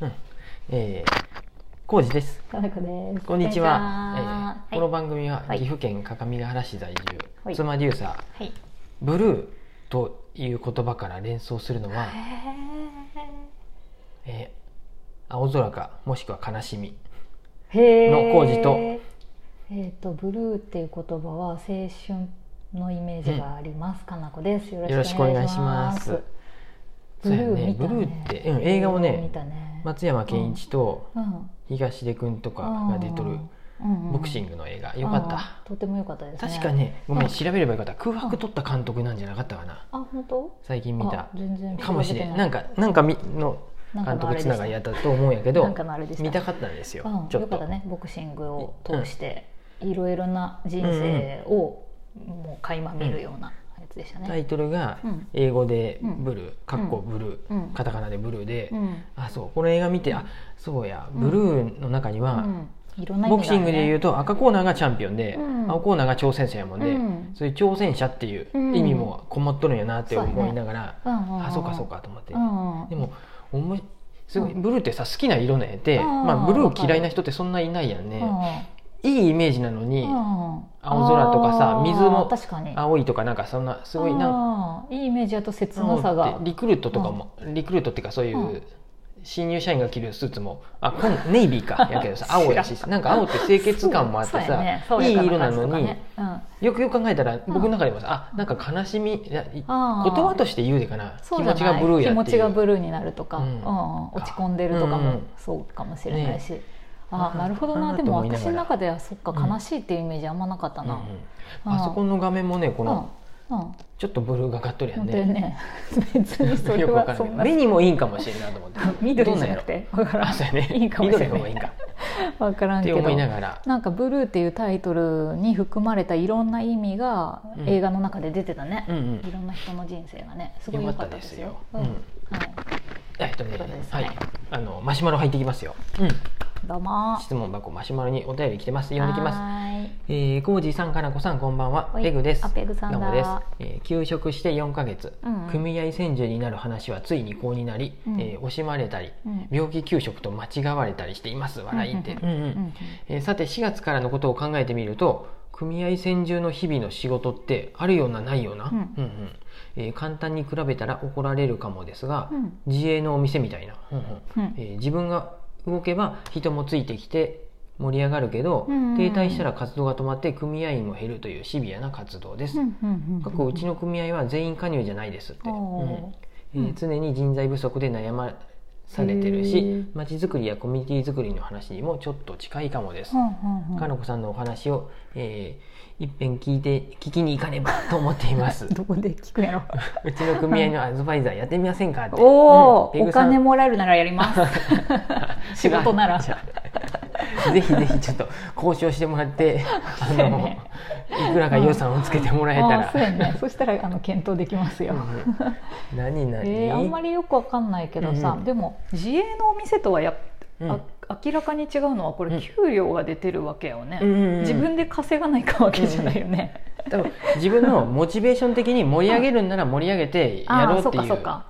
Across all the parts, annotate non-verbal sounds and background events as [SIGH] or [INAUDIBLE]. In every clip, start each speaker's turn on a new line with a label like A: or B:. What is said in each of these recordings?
A: うんえー、浩二です
B: 田中です。
A: こんにちは、えーこの
B: は
A: 番組は
B: はい
A: 岐阜県各務原市在
B: は
A: 住
B: い
A: 妻デューサー
B: い。はい。
A: ブルーという言葉から連想するのは、えー青空かもしくは悲しみ
B: へえ。
A: の浩二と
B: えっとブルーっていう言葉は青春のイメージがあります。かなこです。よ
A: よろしくお願いします。
B: ブルー見たね。
A: ブルーって、うん、映画を
B: 見
A: ね
B: たね。
A: 松山ケンイチと
B: うん。
A: 東出君とかが出とる
B: うんうん
A: ボクシングの映画よかっ
B: あ
A: た
B: ーとても良かったですね。
A: 確か。ねごめ
B: うん
A: ん調べればよかった空白取った監督なんじゃなかったかな
B: あ本当？
A: 最近見た
B: あ全然
A: かもしれんなん
B: か
A: かなんかみの
B: なんか
A: 監
B: のあ
A: 督
B: れ
A: つ
B: で
A: な
B: し
A: が
B: た
A: りやったと思うんやけど
B: なんかのあれでした。
A: 見たかったんですよ、
B: うん、
A: ちょっ
B: よか
A: と
B: ったねボクシングを通していろいろな人生をもう垣間見るようなやつでした
A: タ
B: ね。
A: イトルが
B: うん
A: 英語で「
B: うん
A: ブルー」かっこブルー、
B: うん
A: カタカナで「ブルーで」
B: うん
A: あそうこの映画見てあそうや
B: うん
A: ブルーの中に
B: う
A: は、
B: んいろんな
A: ボクシングでいう
B: う
A: と赤コーナーがチャンピオンで、
B: うん
A: 青コーナーが挑戦者やもんで、
B: うん
A: そういう挑戦者っていう意味もこもっとるんやなって思いながら、あそうかそうかと思って、
B: うん
A: でもおもしすごい
B: うん
A: ブルーってさ好きな色なんやて、
B: うん
A: まあ、ブルー嫌いな人ってそんないないやんね、いいイメージなのに、
B: 青
A: 青空とかさ水も
B: 確かに
A: 青いとかなんかそんなすごいなんか
B: あーいいイメージだと切なさが
A: リクルートとかも、リクルートっていうかそういう、
B: うん
A: 新入社員が着るスーツもあこんネイビーかやけ
B: [LAUGHS]
A: どさ青やしなんか青って清潔感もあって
B: そうや
A: さ、
B: ね爽
A: い
B: や
A: い
B: か
A: 色な
B: 感じ
A: の
B: とか
A: に、
B: ねうん
A: よくよく考えたら
B: うん
A: 僕の中でもさ、あなんか悲しみいやい言
B: あー
A: 葉として言うでかな
B: そ
A: 気
B: うじゃ
A: 持
B: ない
A: ちがブルーやっていう
B: 気持ちがブルーになるとか、
A: う
B: うんん落ち込んでるとか
A: う
B: も
A: ん
B: そうかもしれないし、あ
A: う
B: あ
A: ん
B: なるほど
A: な
B: な、
A: ん
B: で
A: と
B: も
A: 思いなが
B: 私
A: ら
B: の中ではそっか
A: うん
B: 悲しいっていうイメージあんまなかった
A: うんう
B: な、
A: んパソコンの画面もねこの、
B: うんうん
A: ちょっとブルーがかっとるやん
B: 本当
A: ね
B: よね [LAUGHS] 別にそ
A: [LAUGHS]
B: れ
A: よくわから
B: は [LAUGHS] そ
A: んけ
B: ん
A: ど
B: な
A: 目にもいいんかもしれんなと思って
B: [LAUGHS] 緑じゃ
A: どん
B: なん
A: や
B: く
A: ろ
B: て分から
A: あ
B: ん
A: そうやね
B: いいかもしれ
A: 緑の方が
B: ない
A: いんか
B: 分から
A: っ
B: んけ
A: て
B: ど
A: 思いながら
B: なんか「ブルー」っていうタイトルに含まれたいろんな意味が
A: うん
B: 映画の中で出てたね、
A: うんうん
B: いろんな人の人生がねすごい
A: よか
B: 良
A: った
B: かったで
A: です
B: す
A: よ
B: よ。
A: う
B: うんんはい、
A: えっとね
B: ということです
A: は
B: ね
A: いあのマシュマロ入ってきますよ、うん、
B: どうも
A: 質問箱マシュマロにお便り来てます読んできます
B: ます
A: えー、コージーさんかなこさんこんばんはペグです
B: あペグさん
A: ど
B: だ
A: うもです、えー休職して4ヶ月、
B: うんうん
A: 組合選挙になる話はついにこうになり、
B: うん
A: えー惜しまれたり、
B: うん
A: 病気休職と間違われたりしています笑いって、
B: うん
A: うんうん
B: うん
A: えーさて4月からのことを考えてみると組合専従の日々の仕事ってあるようなないような、
B: うん
A: うんうんえー簡単に比べたら怒られるかもですが、
B: うん
A: 自営のお店みたいな、うんうん
B: うん
A: えー自分が動けば人もついてきて盛り上がるけど、
B: うんうん
A: 停滞したら活動が止まって組合員も減るというシビアな活動です。過去うちの組合は全員加入じゃないですって、うん
B: お
A: えー
B: うん
A: 常に人材不足で悩まされてるし
B: へー
A: まちづくりやコミュニティづくりの話にもちょっと近いかもです。かのこさんのお話を、えー、一遍聞いて聞きに行かねばと思っています
B: [LAUGHS] どこで聞くやろ
A: [LAUGHS] うちの組合のアドバイザーやってみませんかって
B: お
A: うんペ
B: おお
A: グさん
B: 金もらえるならや
A: [LAUGHS]
B: ります仕事なら
A: じゃあぜひぜひちょっと交渉してもら
B: [LAUGHS]
A: ってあ
B: そうやね
A: のいくらか予算をつけてもらえた
B: [LAUGHS] あ
A: ら
B: ーそうやねそしたらあの検討できますよ
A: うん何々、
B: えーあんまりよくわかんないけど
A: うん
B: さ
A: うん
B: でも自営のお店とはやっ
A: うん
B: あ明らかに違うのはこ
A: うん
B: れ給料が出てるわけよ
A: うんうんう
B: ね
A: ん
B: 自分で稼がないかわけじゃないよね
A: 多分自分のモチベーション的に盛り上げるんなら盛り上げてやろうってい
B: あーそうかそう
A: う
B: か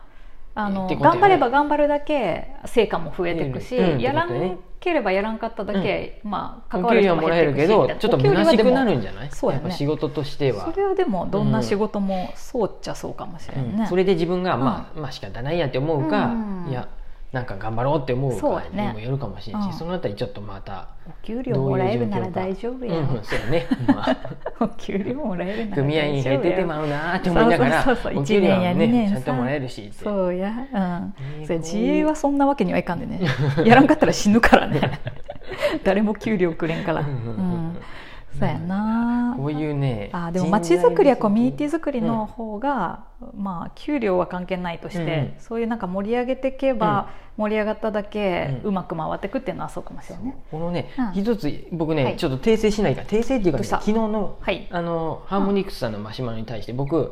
B: あの、
A: ってことよね
B: 頑張れば頑張るだけ成果も増えていくし、
A: うん
B: やら
A: ってことね
B: んければやらんかっただけ、まあ関
A: お
B: わ
A: 給
B: る
A: 料
B: 人
A: も
B: も
A: ら
B: 減
A: え
B: って
A: る
B: いくし
A: けどちょっと虚しくなる
B: ん
A: んじゃない
B: そうやね
A: っぱ仕事としては
B: それはでもどんな仕事もそうっちゃそうかもしれ
A: うんん
B: ね、
A: それで自分が、まあまあ仕方ないやって思うか、
B: うん
A: いやなんか頑張ろうって思う
B: そう
A: か
B: や
A: に
B: ね
A: もよるかもしれんし、
B: うん
A: そのあたりちょっとまた
B: お給料もらえるなら大丈夫
A: う
B: や、
A: んうんそうやね、まあ、
B: [LAUGHS] お給料もらえるなら大丈夫
A: 組合
B: や
A: 員減っててまうなーって思いながら
B: そうそうそうそ
A: [LAUGHS]
B: う
A: お給料は
B: 一年や二
A: ね
B: 年
A: ち
B: さ
A: ゃんともらえるしって
B: そうや、う
A: ね
B: ん、そ
A: こう
B: れ
A: いう
B: 自営はそんなわけにはいかんでね [LAUGHS] やらんかったら死ぬから
A: [LAUGHS]
B: ね誰も給料くれんから、
A: う
B: うん
A: うんうん
B: ん、そうやな
A: こういうね
B: あーでも街づくりやコミュニティづくりの
A: うん
B: 方が、まあ給料は関係ないとして、
A: うんうん
B: そういうなんか盛り上げていけば、盛り上がっただけ
A: うん
B: うまく回っていくっていうのはそうかもしれないね。
A: このね
B: うん
A: 一つ僕ね、
B: はい
A: ちょっと訂正しないから訂正っていうか、
B: ど
A: ね、
B: うした
A: 昨日の
B: はい、
A: あのハーモニクスさんのマシュマロに対して僕、
B: うん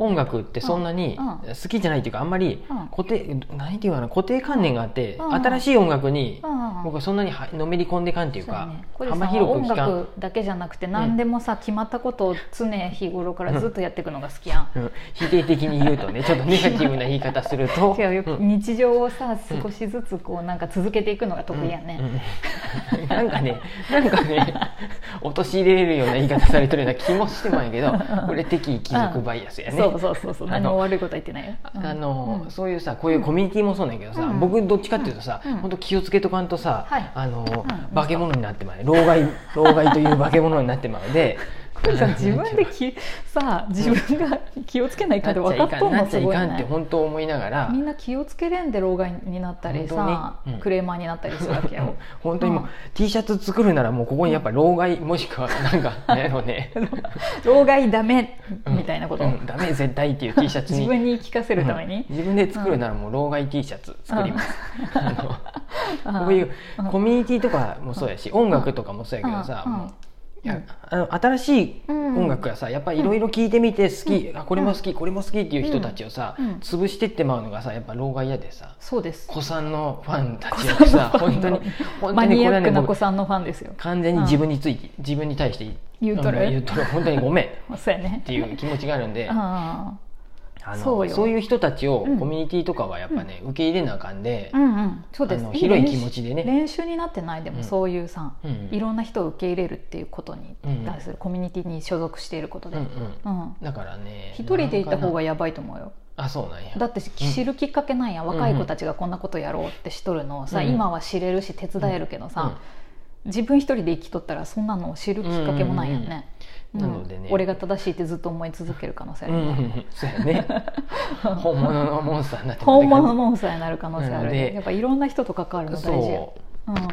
A: 音楽ってそんなに
B: うん
A: 好きじゃないというかあんまり
B: うん
A: 固定何ていうかな固定観念があって
B: うん
A: 新しい音楽に
B: うん
A: 僕はそんなにはのめり込んでかんっていう
B: そうや
A: か
B: ね、小路さん
A: 幅
B: は
A: 広く
B: 音
A: 聞かん。
B: 楽だけじゃなくて何でもさ、決まったことを常日頃からずっとやっていくのが好きやん。
A: うん、弾いてい的に言う
B: [LAUGHS]
A: とねちょっとネガティブな言い方すると
B: 違うよ、
A: うん
B: 日常をさ
A: うん
B: 少しずつこうなんか続けていくのが得意やね、
A: うんうんなんかねなんか
B: [LAUGHS]
A: ね陥れれるような言い方されてるような気もしてもんやけどこれ敵気づくバイアスやね。
B: そうそうそうそう
A: あの
B: 何も悪いことは言ってないようん
A: あの
B: うん
A: そういうさこういうコミュニティもそうなんやけどさ、
B: うん
A: 僕どっちかっていうとさ、
B: うん
A: 本当気をつけとかんとさ、
B: はい
A: あの
B: うん
A: 化け物になってまう老害老害という化け物になってまう
B: [LAUGHS]
A: で
B: これさ自分できさ自分が気をつけないか
A: な
B: っ
A: ってち
B: 分
A: ゃ
B: か
A: いか
B: っと
A: ん
B: ん
A: な
B: の
A: っち
B: す
A: ゃい
B: ごいよ
A: かんって
B: ね
A: 本当思いながら
B: みんな気をつけれんで老害になったりさ
A: 本、当ねうん
B: クレーマーになったりするわけよ
A: [LAUGHS] 本当にもう、
B: うん
A: T シャツ作るならもうここにやっぱ老害もしくはなんかなんやろうね、
B: 老害ダメ
A: うん
B: [LAUGHS] みたいなこと、
A: うんダメ絶対っていう T シャツに
B: [LAUGHS] 自分に言い聞かせるため
A: うん
B: に、
A: 自分で作るならもう老害 T シャツ作ります、 [LAUGHS] あ
B: あ
A: の
B: ー
A: こういう
B: うん
A: コミュニティとかもそうやし音楽とかもそうやけどさ、
B: うん
A: もう
B: うん
A: いやあの新しい音楽がさやっぱりいろいろ聴いてみて好き、あこれも好きこれも好きっていう人たちをさ、
B: うんうん
A: 潰してってまうのがさやっぱ老害嫌でさ
B: そうです
A: 子さんのファンたちがさ本当に本当
B: マ
A: にこ
B: ニ
A: れ
B: ア
A: は
B: ック
A: ね
B: な
A: 僕
B: 子さんのファンですよ
A: 完全に自分について、自分に対して
B: 言うとる
A: あの言うとる本当にごめんっ
B: そうやね
A: ていう気持ちがあるんで、
B: あ
A: あの
B: そ
A: そううい
B: よ
A: う人たちを
B: うん
A: コミュニティとかはやっぱね、受け入れなあかんで
B: ー、うんうんそうで
A: あ
B: す
A: の広い
B: 練習
A: 気持ちでね
B: 練習になってないでも、
A: うん
B: そういうさ、
A: うんうん
B: いろんな人を受け入れるっていうことに対するコミュニティに所属していること
A: うん
B: で、
A: う
B: うんん
A: だからね
B: 一人でいた方が
A: い
B: やばいと思うよ
A: あそうなんや
B: だって知るきっかけないや、ん、若い子たちがこんなことやろうってしとるのをさ、
A: うん
B: 今は知れるし手伝えるけどさ、自分一人で生きとったらそんなのを知るきっかけもないよね、
A: うんうんうんなのでね
B: 俺が正しいってずっと思い続ける可能性あ
A: う
B: る
A: ん、
B: よ
A: うんう
B: ね、
A: ん、そうや
B: [LAUGHS]
A: ね本物のモンスターになって
B: 本物のモンスターになる可能性あ
A: な
B: る
A: ので
B: やっぱいろんな人と関わるの大事や
A: そうあの、
B: うん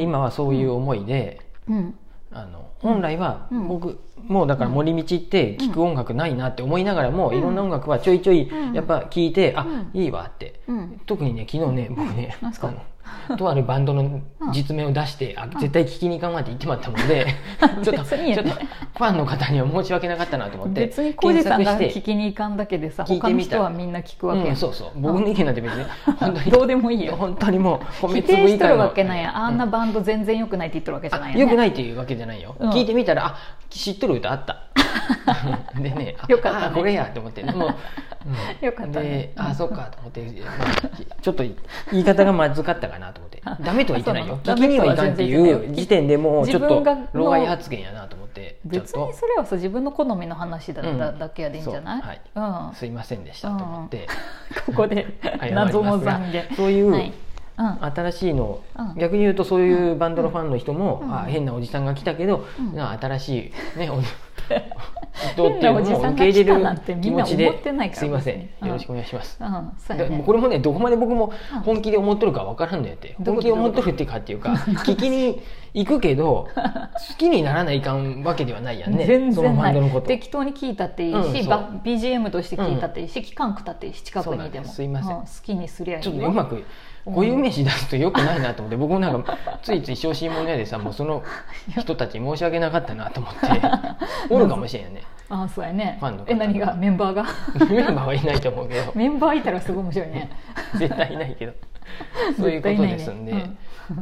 A: 今はそういう思いで、
B: うんうん
A: あの本来は
B: うん
A: 僕、もうだから森道って聞く音楽ないなって思いながらも、
B: うん
A: いろんな音楽はちょいちょい
B: うん
A: やっぱ聞いて、あ
B: うん
A: いいわって
B: うん
A: 特にね昨日ね僕ね、
B: なんすか
A: あのとあるバンドの実名を出して、あ絶対聞きに行かんわって言ってまったもん
B: [LAUGHS]
A: で [LAUGHS] ちょっと
B: 別に
A: ち
B: や
A: ょっ
B: ね
A: とファンの方には申し訳なかったなと思って
B: 別に浩二さんが
A: 検
B: 聞きに行かんだけでさ
A: 聞い
B: 他
A: て
B: の
A: みた
B: 人はみんな聞くわけや、
A: うん、そうそう僕の意見なんて別に本当に
B: どうでもいいよ
A: 本当にもう米
B: 否
A: 粒
B: 定
A: 以
B: しと
A: 下
B: る
A: の
B: わけないやんあんなバンド全然良くないって言っとるわけじゃないよね
A: よくないっていうわけじゃないよ、
B: うん
A: 聞いてみたらあ知っとる歌あった
B: [LAUGHS]
A: でねあ
B: よかったね
A: あこれやと思ってねもう、うん
B: よかったね
A: であそっかと思って、まあ、ちょっと言い方がまずかったかなと思ってダメとは言ってないよ
B: [LAUGHS] あそうなの
A: 聞きにはいかんって
B: ダメとは全然言って
A: い
B: な
A: う
B: い
A: 時点でもうちょっ
B: 自分
A: と
B: がの
A: 老害発言やなと思ってちょっ
B: 別
A: と
B: にそれはさ自分の好みの話だっただけやでいいんじゃない、
A: うんすいませんでしたと思って、
B: うん、こ [LAUGHS] こで
A: 謝ります
B: 謎
A: が
B: の懺悔
A: そういう、
B: はいうん
A: 新しいの、
B: うん
A: 逆に言うとそういうバンドのファンの人も、
B: うん
A: あ変なおじさんが来たけど、
B: うん
A: な新しい
B: [LAUGHS]
A: ねお [LAUGHS] 人っていうのも受け入れ
B: 変なおじさんが来たなんて
A: る
B: み
A: 気
B: んな
A: 持
B: 思
A: ち
B: っ
A: で
B: てないから
A: すいません
B: 別に
A: よろしくお願いします。
B: うん、そうや
A: で
B: ね
A: これもねどこまで僕も
B: うん
A: 本気で思っとるかわからんのやって
B: どうい
A: 本気を
B: うこと
A: 思っとるっていうかっていう
B: [LAUGHS]
A: か聞きに行くけど好きにならないかんわけではないやんね
B: 全
A: その
B: 然
A: バ
B: な
A: ンドのこ
B: い
A: と。
B: 適当に聞いたっていい
A: うん
B: し、
A: そう
B: ば BGM として聞いたっていいし、期間くたっていいし近く
A: そ
B: に
A: う
B: で
A: なん
B: も
A: ですすいません
B: う好きにすりゃいい
A: ちょ
B: よ
A: っとねうまくこういう名詞出すとよくないなと思って僕もなんかついつい小心者やでさもうその人たち申し訳なかったなと思
B: [LAUGHS]
A: っておるかもしれんよね
B: ああそうやね
A: ファンの方
B: え何がメンバーが [LAUGHS]
A: メンバーはいないと思うけど
B: メンバーいたらすごい面白いね
A: 絶対いないけどそういうことですんで、
B: 絶対いないね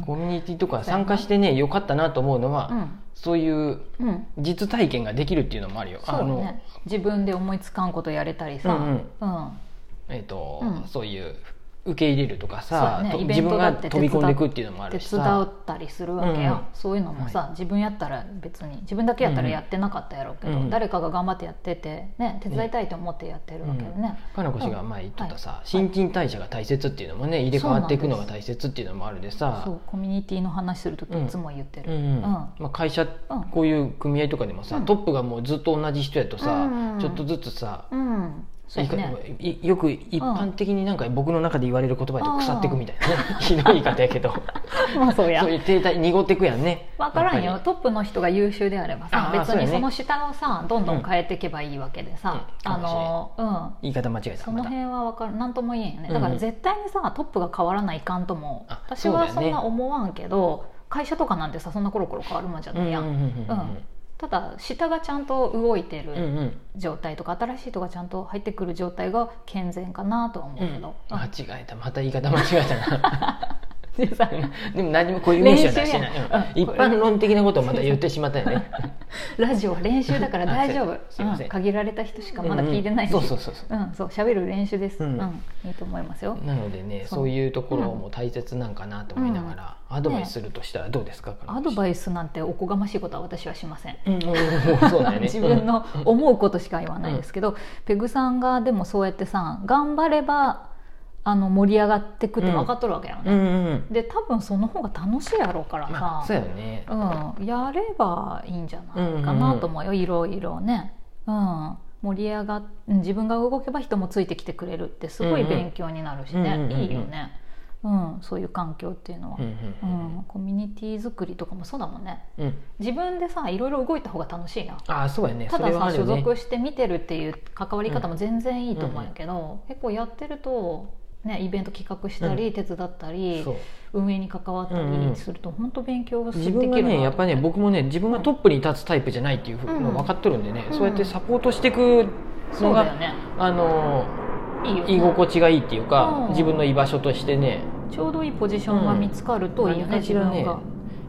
A: コミュニティとか参加してねよかったなと思うのは、
B: うん
A: そういう
B: うん
A: 実体験ができるっていうのもあるよ。
B: そうね自分で思いつかんことやれたりさ
A: うん
B: うん
A: えっと
B: うん
A: そういう受け入れるとか
B: そうや
A: さ、
B: ね
A: と
B: イベ
A: 自
B: ン
A: 分
B: トだ
A: が
B: って
A: 飛び込んでいくっていうのもあ
B: 手
A: るし
B: 伝
A: さ
B: ったりするわけ
A: うん
B: や、
A: うん
B: そういうのもさ、
A: はい
B: 自分やったら別に自分だけやったらやってなかったやろうけど、
A: うんうん
B: 誰かが頑張ってやってて、ね、手伝いたいと思ってやってるわけよね、
A: かなこ氏が前言っとったさ、新陳代謝が大切っていうのもね入れ替わっていくのが大切っていうのもあるで
B: そ
A: さ
B: うコミュニティの話するとき
A: うん
B: いつも言って
A: う
B: る、
A: んうんまあ、会社
B: うん
A: こういう組合とかでもさ、
B: うん
A: トップがもうずっと同じ人やとさ、
B: うん
A: ちょっとずつさ、
B: うんそうね
A: いいよく一般的になんか僕の中で言われる言葉やと腐っていくみたいなね、 [LAUGHS] ひどい言い方やけ
B: [LAUGHS]
A: ど
B: まあそうや
A: そういう停滞濁っていくやんね
B: 分からん
A: や
B: よ
A: っぱ
B: トップの人が優秀であればさ
A: あー
B: 別
A: そうや
B: に
A: ね
B: その下をさどんどん変えていけばいいわけでさ、
A: うん
B: あのうん
A: り言い方間違えた
B: その
A: また
B: 辺は分かる何とも言えんよね
A: うん
B: だから絶対にさトップが変わらないかんとも
A: あ
B: 私は
A: そう
B: そ
A: だよね
B: んな思わんけど、会社とかなんてさそんなコロコロ変わるもんじゃ
A: う
B: なんいや、
A: うんんうん
B: ただ下がちゃんと動いて
A: うんうんう
B: る
A: んうん
B: 状態とか、新しい人がちゃんと入ってくる状態が健全かなとは思うけど、
A: 間違えたまた言い方間違えたな
B: [LAUGHS] でさ
A: でも何もこういう文章は出してない、
B: 練習やん
A: うん一般論的なことをまた言ってしまったよね
B: ラジオは練習だから大丈夫
A: あすいません
B: うん限られた人しかまだ聞いてないし、
A: うんうんそうそうそうそう
B: うんそう喋る練習です、
A: う
B: うんんいいと思いますよ
A: なのでね
B: そう
A: そういうところも大切なんかなと思いながら、アドバイスするとしたらどうですか、
B: アドバ
A: イ
B: イスなんておこがましいことは私はしません
A: ス、うんうんうんそうだよね
B: [LAUGHS] 自分の
A: うん
B: 思うことしか言わないですけど、ペグさんがでもそうやってさ頑張ればあの盛り上がってくって分かっとるわけやよ
A: う
B: ね、
A: んうん
B: で多分その方が楽しいやろうからさ、
A: まあそうよね
B: うん、やればいいんじゃないかなと思うよ、いろいろね、うん、盛り上がっうん自分が動けば人もついてきてくれるってすごい
A: うんうん
B: 勉強になるしね、
A: うんうんうんうん
B: いいよね、うん、そういう環境っていうのは、
A: う
B: うんん
A: うん
B: コミュニティ作りとかもそうだもんね
A: うん、うん、
B: 自分でさいろいろ動いた方が楽しいな。
A: ああそうやね
B: ただ
A: それは
B: さ、
A: ある
B: 所
A: ね
B: 属して見てるっていう関わり方も全然いいと思うんやけど、結構やってると、ね、イベント企画したり、手伝ったり
A: そう
B: 運営に関わった
A: うんうん
B: りすると本当勉強ができ
A: 自
B: るな
A: 分
B: と思
A: がねやっぱね僕もね自分がトップに立つタイプじゃないっていうふう
B: うん
A: の分かってるんでね、
B: うん
A: そうやってサポートしていく
B: そ
A: の
B: う
A: が、
B: だよね
A: あの
B: いいよね
A: 居心地がいいっていうか、
B: うん
A: 自分の居場所としてね
B: ちょうどいいポジションが見つかるといいよね、
A: 何かし
B: 自
A: ら
B: 分
A: ね
B: が、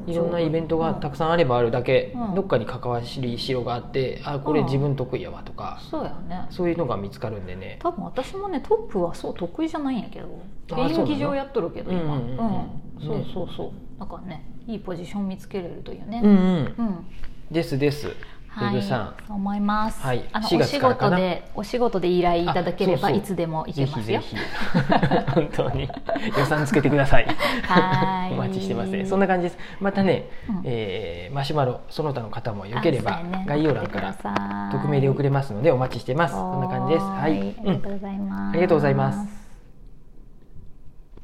A: いろんなイベントがたくさんあればあるだけ、
B: うん
A: どっかに関わりしろがあってあこれ自分得意やわとか、
B: そうやね
A: そういうのが見つかるんでね
B: 多分私もねトップはそう得意じゃないんやけど
A: あ
B: 演技上やっとるけど
A: そうな
B: 今
A: の
B: うん
A: うんうんうん
B: そうそうそうだからねいいポジション見つけれるといいよね
A: うんうん
B: うん、
A: ですです
B: は
A: ペ
B: い
A: グさん
B: そう思います、
A: はい
B: あの
A: 4
B: お
A: 月
B: 仕
A: からか
B: 事
A: な
B: でお仕事で依頼いただけれ
A: あそ
B: ば
A: うそう
B: いつでも行け
A: ぜ
B: ま
A: ひ
B: すよ
A: ぜひ [LAUGHS] 本当に予算つけてください
B: はい
A: お待ちしてますねそんな感じですまたね、
B: うん
A: えーマシュマロその他の方もよければ
B: あそうやね
A: 概要欄か
B: 送って
A: ら
B: ください
A: 匿名で送れますのでお待ちしてますこんな感じですはい
B: は、いあ
A: う
B: りが
A: ん
B: とうございます、
A: ありがとうございます